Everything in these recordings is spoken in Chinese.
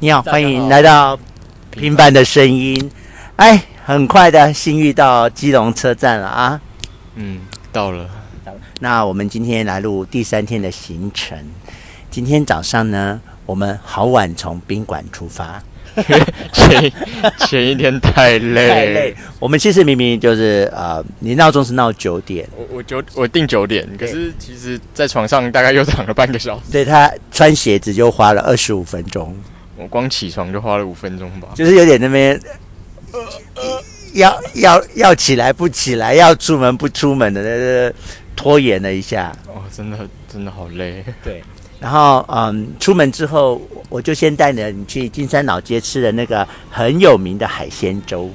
你好，大家好欢迎来到《平凡的声音》。哎，很快的，新遇到基隆车站了啊。嗯，到了， 那我们今天来录第三天的行程。今天早上呢，我们好晚从宾馆出发，前一前一天太累，太累。哎我们其实明明就是呃，你闹钟是闹九点，我我九我定九点，可是其实在床上大概又躺了半个小时， 对他穿鞋子就花了二十五分钟，我光起床就花了五分钟吧。就是有点那边、呃要要要起来不起来，要出门不出门的，呃拖延了一下。哦，真的真的好 累，然后嗯，出门之后我就先带着你去金山老街吃了那个很有名的海鲜粥。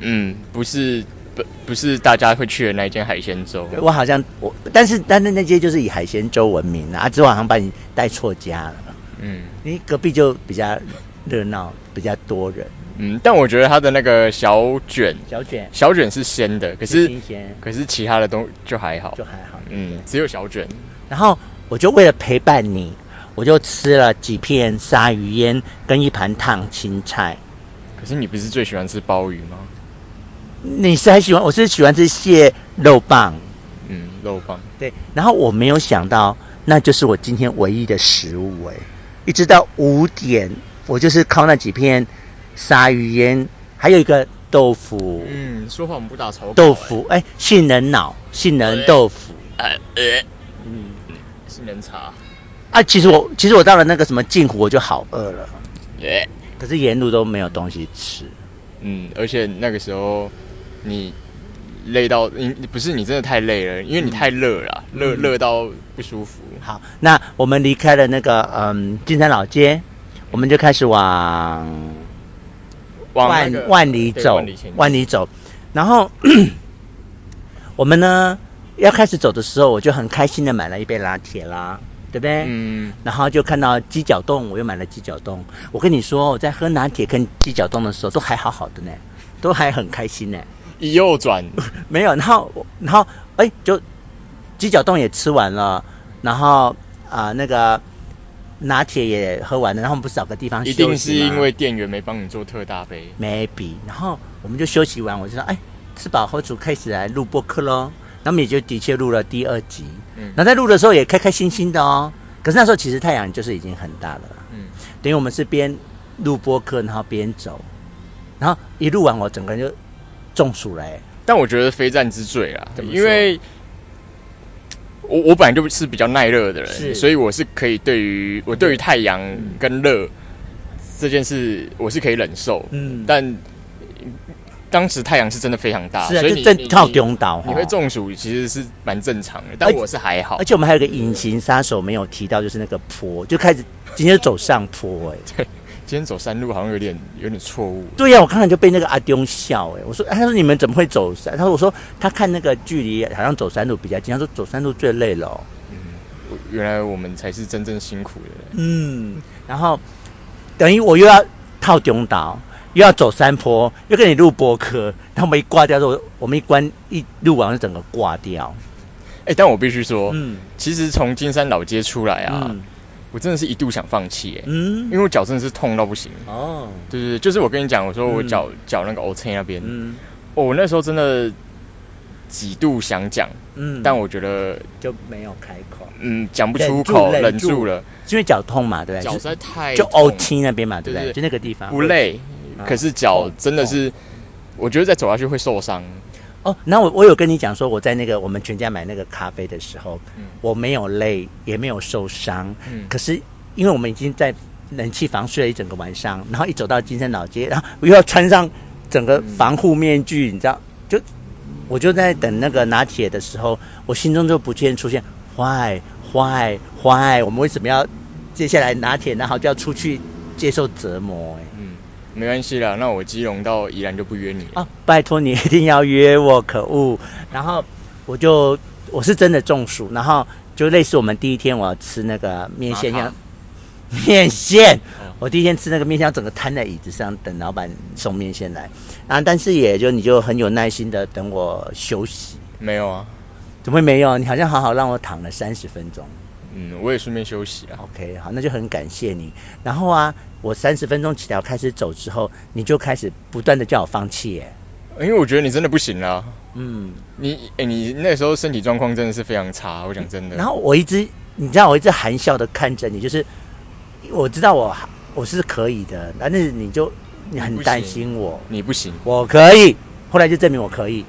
嗯，不是不不是大家会去的那一间海鲜粥，我好像我，但是但是那街就是以海鲜粥闻名啊，只是我好像把你带错家了。嗯因为隔壁就比较热闹，比较多人。嗯，但我觉得它的那个小卷小卷小卷是鲜的，可是新鲜可是其他的都就还好就，还好。嗯，只有小卷，然后我就为了陪伴你，我就吃了几片鲨鱼烟跟一盘烫青菜。可是你不是最喜欢吃鲍鱼吗？你是还喜欢？我是喜欢吃蟹肉棒。嗯，肉棒。对，然后我没有想到，那就是我今天唯一的食物哎、一直到五点，我就是靠那几片鲨鱼烟，还有一个豆腐，嗯，说话我们不打草稿豆腐哎、杏仁脑、杏仁豆腐呃呃，嗯，是能查。啊。其实我其实我到了那个什么镜湖，我就好饿了，呃，可是沿路都没有东西吃。嗯，而且那个时候你累到你你不是你真的太累了，因为你太热了啊，热热到不舒服。好，那我们离开了那个嗯金山老街，我们就开始往往那万个万里对走，万里前进走。然后 我们呢要开始走的时候，我就很开心的买了一杯拿铁啦，对不对？嗯，然后就看到鸡脚冻，我又买了鸡脚冻。我跟你说，我在喝拿铁跟鸡脚冻的时候，都还好好的呢，都还很开心呢。一右 转，没有，然后我然后哎，就鸡脚冻也吃完了，然后啊、那个拿铁也喝完了，然后我们不是找个地方休一息定是吗因为店员没帮你做特大杯。 maybe。然后我们就休息完，我就说，哎，吃饱喝足，开始来录播客喽。那么也就的确录了第二集。嗯然后在录的时候也开开心心的哦。可是那时候其实太阳就是已经很大了啦。嗯等于我们是边录播客，然后边走，然后一录完我整个人就中暑了、哎但我觉得非战之罪啊怎，么说因为我我本来就是比较耐热的是嗯人，所以我是可以对于我对于太阳跟热这件事，我是可以忍受。嗯但当时太阳是真的非常大，是啊，所以就你正靠你中岛你哈会。中暑其实是蛮正常的，但而我是还好而。且我们还有个隐形杀手没有提到，就是那个坡，就开始今天就走上坡哎、今天走山路好像有点有点错误，对呀、我刚才就被那个阿丢笑哎、我说他说你们怎么会走山？他说我说他看那个距离好像走山路比较近，他说走山路最累了哦、我原来我们才是真正辛苦的人。嗯，然后等于我又要套中岛，又要走山坡，又跟你录播客，然后我们一挂掉之后，我们一关一录完就整个挂掉。哎、但我必须说，嗯其实从金山老街出来啊，嗯我真的是一度想放弃、哎、因嗯为我脚真的是痛到不行。哦对对，对就是我跟你讲，我说我嗯脚脚、那个 O C 那边，嗯哦，我那时候真的几度想讲，嗯，但我觉得就没有开口，嗯讲不出忍住口，忍忍住住了，是因为脚痛嘛，对不脚对实？在太就就痛 OT 那边嘛，对不对？对对对就那个地方不累，啊可是脚真的是，我觉得再走下去会受伤。哦，那我我有跟你讲说，我在那个我们全家买那个咖啡的时候，嗯我没有累，也没有受伤，嗯可是因为我们已经在冷气房睡了一整个晚上，然后一走到金山老街，然后我又要穿上整个防护面具，你知道，就我就在等那个拿铁的时候，我心中就不见出现坏坏坏，我们为什么要接下来拿铁，然后就要出去接受折磨、哎嗯，没关系啦，那我基隆到宜兰就不约你了。啊，拜托你一定要约我，可恶！然后我就我是真的中暑，然后就类似我们第一天我要吃那个面线一 麻样，面线哦，我第一天吃那个面线，要整个瘫在椅子上等老板送面线来啊，但是也就你就很有耐心的等我休息，没有啊，怎么会没有？你好像好好让我躺了三十分钟。嗯，我也顺便休息啊。 OK，好，那就很感谢你。然后啊，我三十分钟起疗开始走之后，你就开始不断的叫我放弃耶。因为我觉得你真的不行了。嗯，你哎、你那时候身体状况真的是非常差，我讲真的。然后我一直，你知道，我一直含笑的看着你，就是我知道我我是可以的，但是你就你很担心我，你不行，我可以。后来就证明我可以，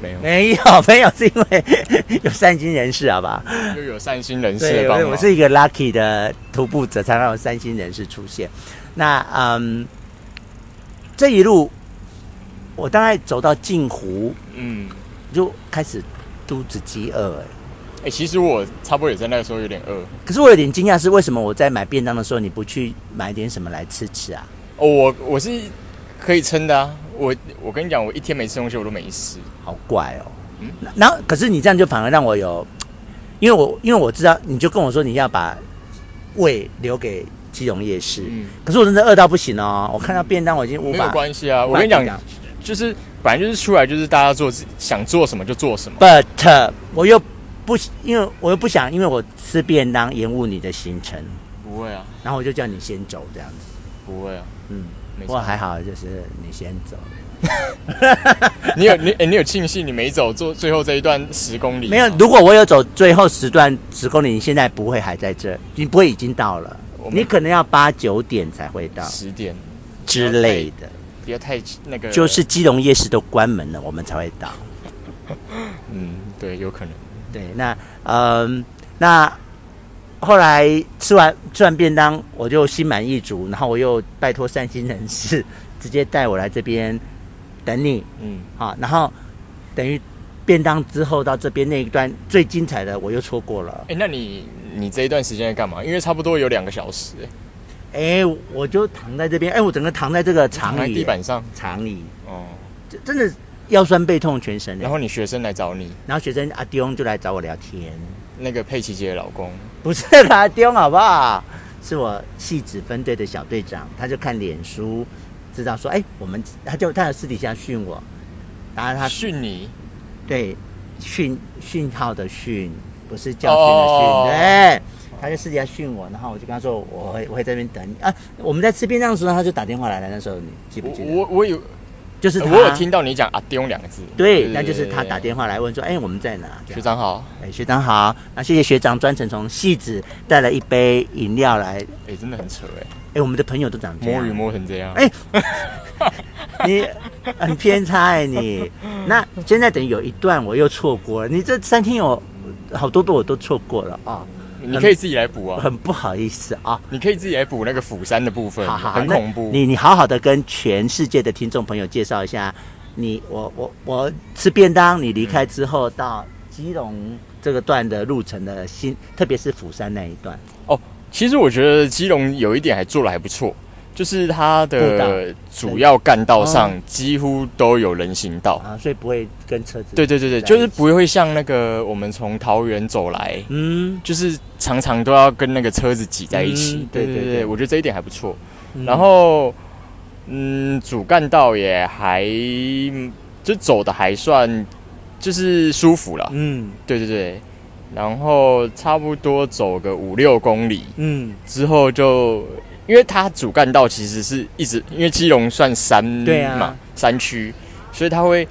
没有，没有没有，是因为有善心人士，好吧？又有善心人士对，的帮我忙。我是一个 lucky 的徒步者，才让三星人士出现。那嗯，这一路我大概走到镜湖，嗯，就开始肚子饥饿、哎哎、其实我差不多也在那个时候有点饿。可是我有点惊讶，是为什么我在买便当的时候，你不去买点什么来吃吃啊？哦，我我是可以撑的啊。我我跟你讲，我一天没吃东西我都没事。好怪哦。嗯那然后可是你这样就反而让我有，因为我因为我知道你就跟我说你要把胃留给基隆夜市，嗯，可是我真的饿到不行哦，我看到便当我已经无没有法。关系啊。无我法跟你讲抵挡，就是反正就是出来就是大家做自想做什么就做什么。 But 呃我又不，因为我又不想，因为我吃便当延误你的行程，不会啊，然后我就叫你先走这样子。不会啊。嗯，不没事过还好，就是你先走。你有你哎、你有庆幸你没走，做最后这一段十公里吗没有，如果我有走最后十段十公里，你现在不会还在这，你不会已经到了我，们你可能要八九点才会到十点，之类的。不要太那个。就是基隆夜市都关门了，我们才会到。嗯，对，有可能。对，那嗯，那后来吃完吃完便当，我就心满意足，然后我又拜托善心人士直接带我来这边等你嗯，啊，然后等于便当之后到这边那一段最精彩的我又错过了哎、，那你你这一段时间在干嘛？因为差不多有两个小时、哎哎，我就躺在这边，哎，我整个躺在这个躺长在椅地板上。长椅，哦，这真的腰酸背痛全身的欸然。后你学生来找你，然后学生阿丢就来找我聊天，那个佩奇姐的老公，不是啦，丢好不好？是我戏子分队的小队长，他就看脸书，知道说，哎、我们他就他有私底下训我，然后他他训你，对训讯号的训，不是教训的训，哦对，他就私底下训我，然后我就跟他说，我会我会在这边等你啊。我们在吃便当的时候，他就打电话来了，那时候你记不我记得？我我有就是他，呃我有听到你讲阿丢两个字，对，那就是他打话。电话来问说，哎、我们在哪？这学样长好，哎，学长好，那谢谢学长专程从戏子带了一杯饮料来。哎、真的很扯哎、哎，我们的朋友都长这样摸鱼摸成这样，哎 你很偏差哎、 你。那现在等于有一段我又错过了，你这三天有好多段我都错过了啊、你可以自己来补啊，很不好意思啊、你可以自己来补那个釜山的部分，好好好，很那恐怖。你你好好的跟全世界的听众朋友介绍一下，你我我我吃便当，嗯你离开之后到基隆这个段的路程的新，特别是釜山那一段，哦，其实我觉得基隆有一点还做的还不错，就是它步的道哦主要干道上几乎都有人行道。啊，所以不会跟车子对对对对，在就是一起不会像那个我们从桃园走来，嗯，就是常常都要跟那个车子挤在一起。嗯对对对对对，对我觉得这一点还不错。嗯然后，嗯，主干道也还就走的还算就是舒服啦。嗯对对对，然后差不多走个五六公里，嗯，之后就，因为它主干道其实是一直，因为基隆算山嘛，对啊山区，所以它会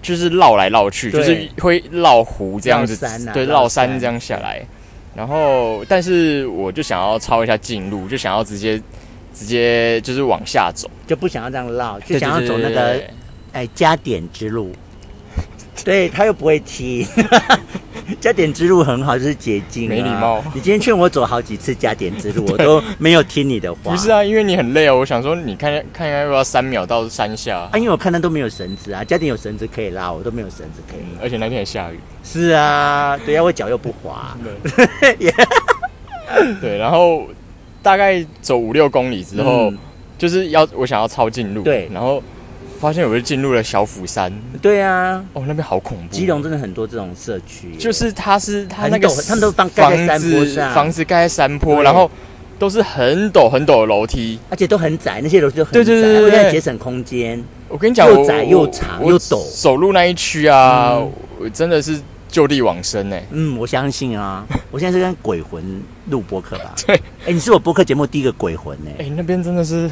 就是绕来绕去，对就是会绕湖这样子，绕山啊对，绕绕山山这样下来。然后，但是我就想要抄一下近路，就想要直接直接就是往下走，就不想要这样绕，就对想要走那对个对对哎，加点之路，对他又不会踢， 加点之路很好，就是捷径、啊。没礼貌你今天劝我走好几次加点之路，我都没有听你的话。不是啊，因为你很累哦，我想说你看看一下要不要三秒到山下啊，，因为我看他都没有绳子啊，加点有绳子可以拉，我都没有绳子可以。嗯，而且那天还下雨，是啊，对啊，我脚又不滑。对，对，然后大概走五六公里之后，嗯就是要我想要抄近路，对然后发现我就进入了小釜山，对啊，哦，那边好恐怖，基隆真的很多这种社区，就是它是它那个很陡他们都放盖在山坡房子上房子盖在山坡，对然后都是很陡很陡的楼梯。而且都很窄，那些楼梯都很窄，对对对对为了对节省空间。我跟你讲，又我窄我又长我又陡走路那一区啊，我真的是就地往生呢、嗯，我相信啊，我现在是跟鬼魂录播客吧？对，哎、你是我播客节目第一个鬼魂呢、哎、那边真的是，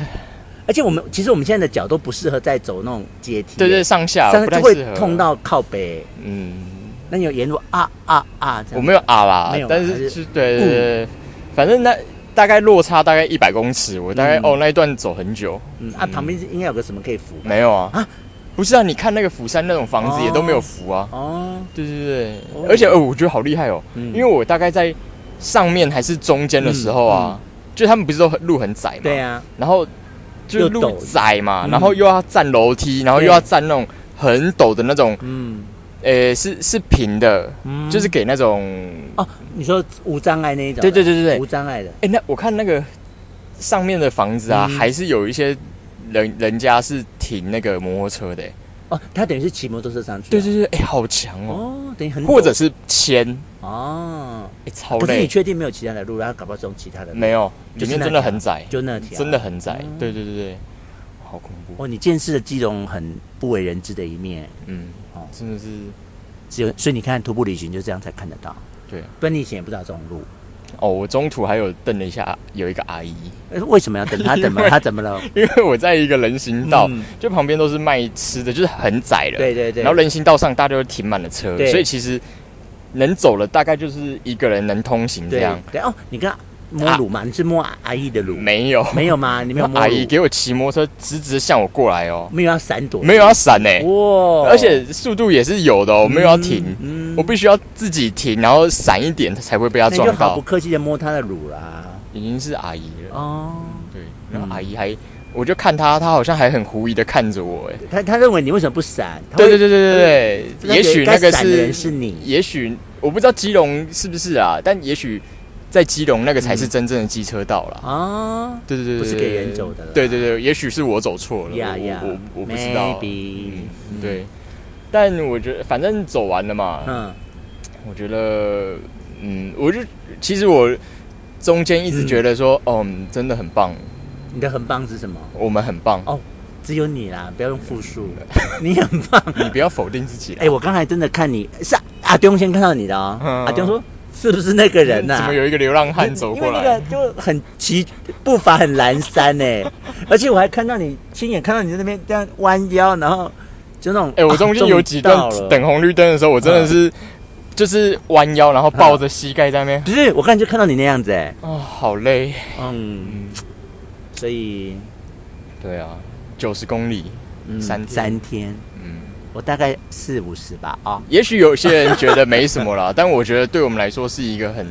而且我们其实我们现在的脚都不适合再走那种阶梯，对对，，上下但不是太就适会合，痛，到靠背、嗯，那你有沿路啊啊啊这样？我没有啊啦没有，吗但还是是嗯是对对对，反正那大概落差大概一百公尺，我大概、嗯哦那一段走很久，嗯啊，旁边应该有个什么可以扶吧？没有啊啊不是啊，你看那个釜山那种房子也都没有扶啊，哦，对对对，哦而且呃我觉得好厉害哦，嗯因为我大概在上面还是中间的时候啊，就他们不是都很路很窄嘛，嗯对啊，然后就又路陡窄嘛，嗯然后又要站楼梯，然后又对要站那种很陡的那种，嗯呃，是是平的，嗯，就是给那种，哦，你说无障碍那一种对的？对对对无对，障碍的，哎，那我看那个上面的房子啊，嗯还是有一些人人家是停那个摩托车的，哎哦，他等于是骑摩托车上去啊，对对对，哎，好强哦，哦，等于很陡或者是牵，哦，哎，超可是你累，确定没有其他的路，然后搞不好是用其他的路，没有，就里是面那真的条很窄，就那条真的很窄，嗯对对对对，好恐怖，哦，你见识了基隆很不为人知的一面，嗯哦，真的是。只有所以你看徒步旅行就这样才看得到，对啊，不然你以前也不知道这种路。哦，我中途还有瞪了一下，有一个阿姨， 呃为什么要等他？怎么了他怎么了？因为我在一个人行道，嗯就旁边都是卖吃的，就是很窄了。对对对然后人行道上大家都停满了车，对所以其实能走了大概就是一个人能通行这对样。啊对哦，你跟他摸乳嘛？你是摸阿姨的乳？没有，没有吗？你没有摸阿乳姨给我骑摩托车直直地向我过来哦，没有要闪躲？没有要闪呢、哇！而且速度也是有的、哦，没有要停，嗯我必须要自己停，然后闪一点才会被他那你就撞好到不。客气的摸他的乳啦。已经是阿姨了，哦，对，然后嗯阿姨还，我就看她，她好像还很狐疑的看着我，哎，他他认为你为什么不闪？他对会对对对对那对，也许那个该闪的人是，是你。也许我不知道基隆是不是啊，但也许在基隆那个才是真正的机车道啦。啊，对对对，对嗯不是给人走的啦对对对，也许是我走错了，我 Yeah, yeah, 我我我不知道。 maybe 嗯对，但我觉得反正走完了嘛，嗯，我觉得，嗯，我就其实我中间一直觉得说，哦嗯，真的很棒，你的很棒是什么？我们很棒，哦只有你啦，不要用复 数，你很棒。你不要否定自己啊啦。哎，我刚才真的看你是阿东先看到你的哦嗯。阿东说是不是那个人怎呐么？有一个流浪汉走过来？因为那个就很奇，步伐很蹒跚哎， 而且我还看到你亲眼看到你在那边这样弯腰，然后就那种啊哎、我中间有几段等红绿灯的时候，我真嗯的是就是弯腰，然后抱着膝盖在那边，不是，我刚才就看到你那样子哎，啊、好累。嗯，所以对啊，九十公里，嗯三天三天，嗯，我大概四五十吧啊、也许有些人觉得没什么啦， 但我觉得对我们来说是一个很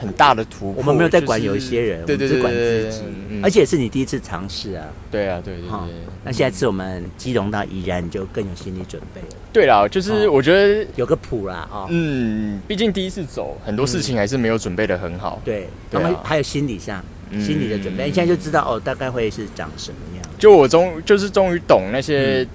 很大的突破。我们没有在就是管有一些人，对对对我们只对管自己，嗯而且是你第一次尝试啊，对啊，对对对哈、对那下次我们基隆到宜然就更有心理准备了，对啦，就是哦我觉得，有个谱啦啊、嗯，毕竟第一次走，很多嗯事情还是没有准备的很好。对，对那啊么还有心理上、嗯心理的准备，你现在就知道哦，大概会是长什么样。就我终就是终于懂那些，嗯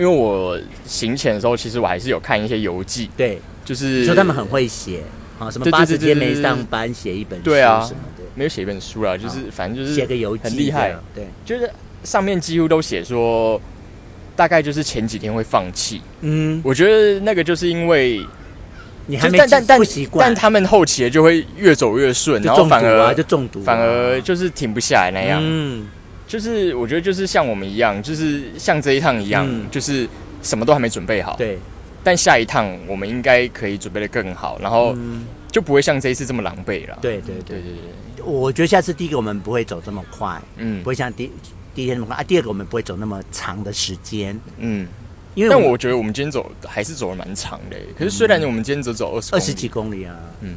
因为我行前的时候，其实我还是有看一些游记，对，就是你说他们很会写啊，什么对对八十对对天对没对上班写一本书对啊什么的，没有写一本书啦，就是反正就是啊写个游记很厉这害样，，对，就是上面几乎都写说，大概就是前几天会放弃。嗯，我觉得那个就是因为，你就还是没但但但不习惯，但他们后期就会越走越顺，然就后中毒反而啊，就中毒啊，反而就是停不下来那样。嗯，就是我觉得就是像我们一样，就是像这一趟一样，嗯就是什么都还没准备好。对，但下一趟我们应该可以准备的更好，然后嗯，就不会像这一次这么狼狈了。对对对对，对对，我觉得下次第一个我们不会走这么快，嗯不会像第第一天那么快啊，第二个我们不会走那么长的时间，嗯。因为嗯但我觉得我们今天走还是走的蛮长的耶，可是虽然我们今天只走二十二十几，公里啊，嗯，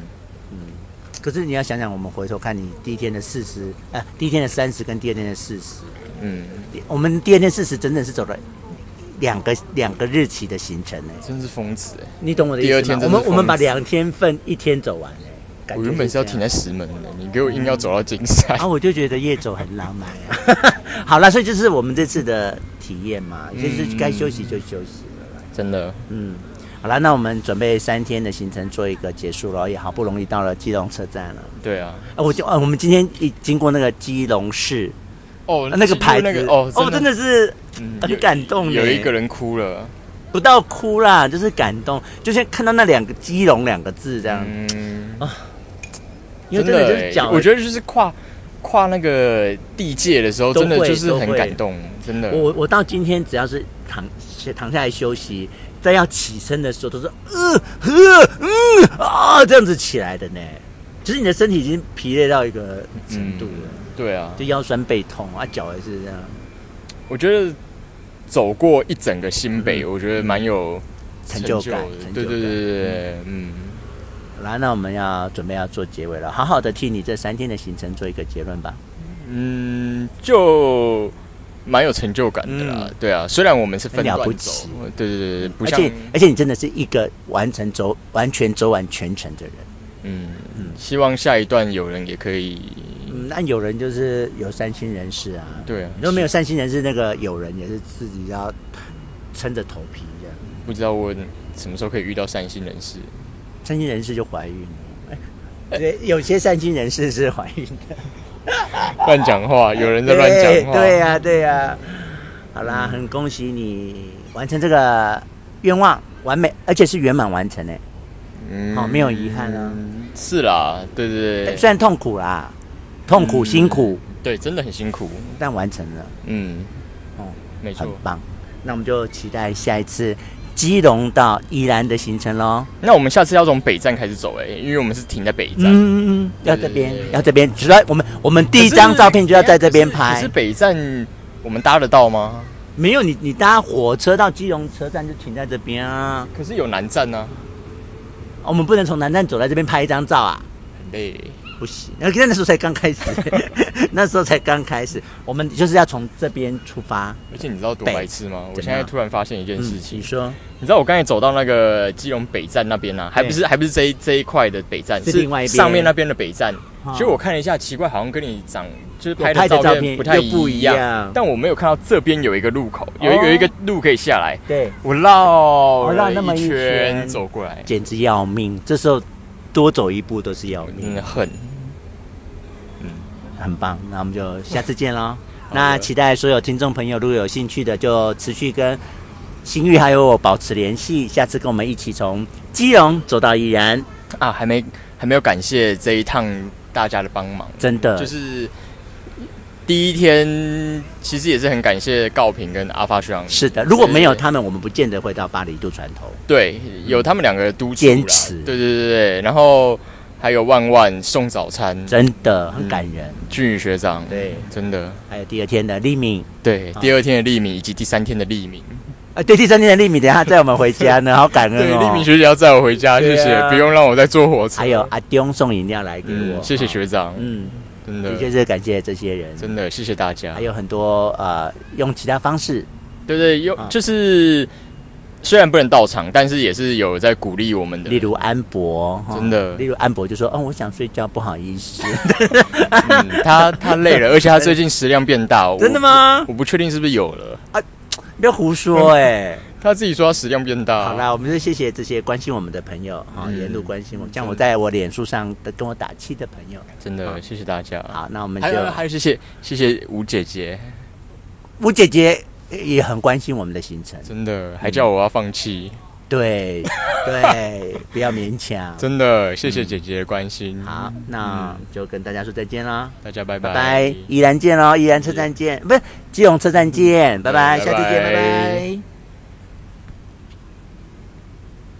可是你要想想，我们回头看你第一天的四十，呃，第一天的三十跟第二天的四十，嗯，我们第二天四十整整是走了两个两个日期的行程呢、真是疯子哎！你懂我的意第二思天吗？真我是们我们把疯子两天份一天走完呢、感我觉原本是要这停样在石门的，你给我硬要走到金山啊然，后我就觉得夜走很浪漫、啊。 好了，所以就是我们这次的体验嘛，嗯就是该休息就休息了啦。真的，嗯，好了，那我们准备三天的行程做一个结束了，也好不容易到了基隆车站了。对啊，啊、我就啊，我们今天一经过那个基隆市、哦啊那个牌子，那个哦哦，真的是嗯很感动有呢有一个人哭了，不到哭啦，就是感动，就是看到那两个“基隆”两个字这样，啊嗯，因为真的就是欸讲，我觉得就是跨跨那个地界的时候，都真的会就是都很会感动，真的。我我到今天只要是躺躺下来休息，在要起身的时候，都是呃呃嗯啊这样子起来的呢。就是你的身体已经疲累到一个程度了，对啊，就腰酸背痛啊，脚也是这样。我觉得走过一整个新北，我觉得蛮有嗯成就感的成就感对对对对对，嗯，好啦，那我们要准备要做结尾了，好好的替你这三天的行程做一个结论吧。嗯，就蛮有成就感的啦。嗯对啊，虽然我们是分很了不段走起，对对对对，不而像且而且你真的是一个完成走完全走完全程的人。嗯，希望下一段有人也可以，嗯，那有人就是有善心人士啊，对啊，你都没有善心人士，那个有人也是自己要撑着头皮这样。不知道我什么时候可以遇到善心人士。善心人士就怀孕了。哎对，有些善心人士是怀孕的，乱讲话，有人在乱讲 对话。对呀、对呀、好啦，很恭喜你完成这个愿望，完美，而且是圆满完成诶。欸嗯哦没有遗憾啊。是啦，对对对，虽然痛苦啦，痛苦嗯辛苦，对，真的很辛苦。但完成了，嗯，哦，没很错。棒。那我们就期待下一次基隆到宜兰的行程喽。那我们下次要从北站开始走哎、因为我们是停在北站。嗯，要这对对边对，对要这边，只要我们我们可第是一张照片就要在这边可是拍可是。北站我们搭得到吗？没有你，你搭火车到基隆车站就停在这边啊。可是有南站呢、我们不能从南站走来这边拍一张照啊，很累。不行。那那时候才刚开始，那时候才刚开始，我们就是要从这边出发。而且你知道多北白痴吗？我怎现在样突然发现一件事啊情，嗯你说你知道我刚才走到那个基隆北站那边呢、啊还不是还不是这一这一块的北站，是另外一边上面那边的北站。哦其实我看了一下，奇怪，好像跟你长就是拍拍的照照片不太又不一样，样但我没有看到这边有一个路口，有哦有一个路可以下来，对，我绕哦绕那么了一圈圈走过来，简直要命。这时候多走一步都是要命，嗯，很很棒。那我们就下次见喽。那期待所有听众朋友，如果有兴趣的，就持续跟新玉还有我保持联系。下次跟我们一起从基隆走到宜兰，啊，还没还没有感谢这一趟大家的帮忙，真的就是第一天其实也是很感谢告平跟阿发学长，是的，如果没有是他们，我们不见得会到巴黎渡船头。对，有他们两个的督促啦坚持对对对对，然后还有万万送早餐，真的很感人。俊宇学长，对，真的，还有第二天的利敏，对，啊第二天的利米以及第三天的利米，啊，对，第三天的利敏，等一下载我们回家 呢，好感恩对，利哦米。学姐要载我回家，谢对啊谢，不用让我再坐火车，还有阿东送饮料来给嗯，我，谢谢哦。学长，嗯，真的确的。是感谢这些人，真的谢谢大家还，有很多呃，用其他方式，对对，有啊就是虽然不能到场，但是也是有在鼓励我们的，例如安博，哈真的例如安博就说：“哦，我想睡觉，不好意 思。嗯，他他累 了，而且他最近食量变大，我”真的？吗？我不确定是不是有了，不要胡嗯说哎！他自己说他食量变大，好啦，我们就谢谢这些关心我们的朋友哈，啊嗯沿路关心我，像我在我脸书上的跟我打气的朋友。真的谢谢大家。好，那我们就嗯还有还有，谢谢谢谢吴姐姐，吴姐姐也很关心我们的行程，真的还叫我要放弃， 对对，不要勉强。真的谢谢姐姐的关心。嗯好，那就跟大家说再见啦，大家拜拜拜，依然见喽，依然车站见，不是基隆车站见，拜拜，嗯拜下次见，拜拜拜。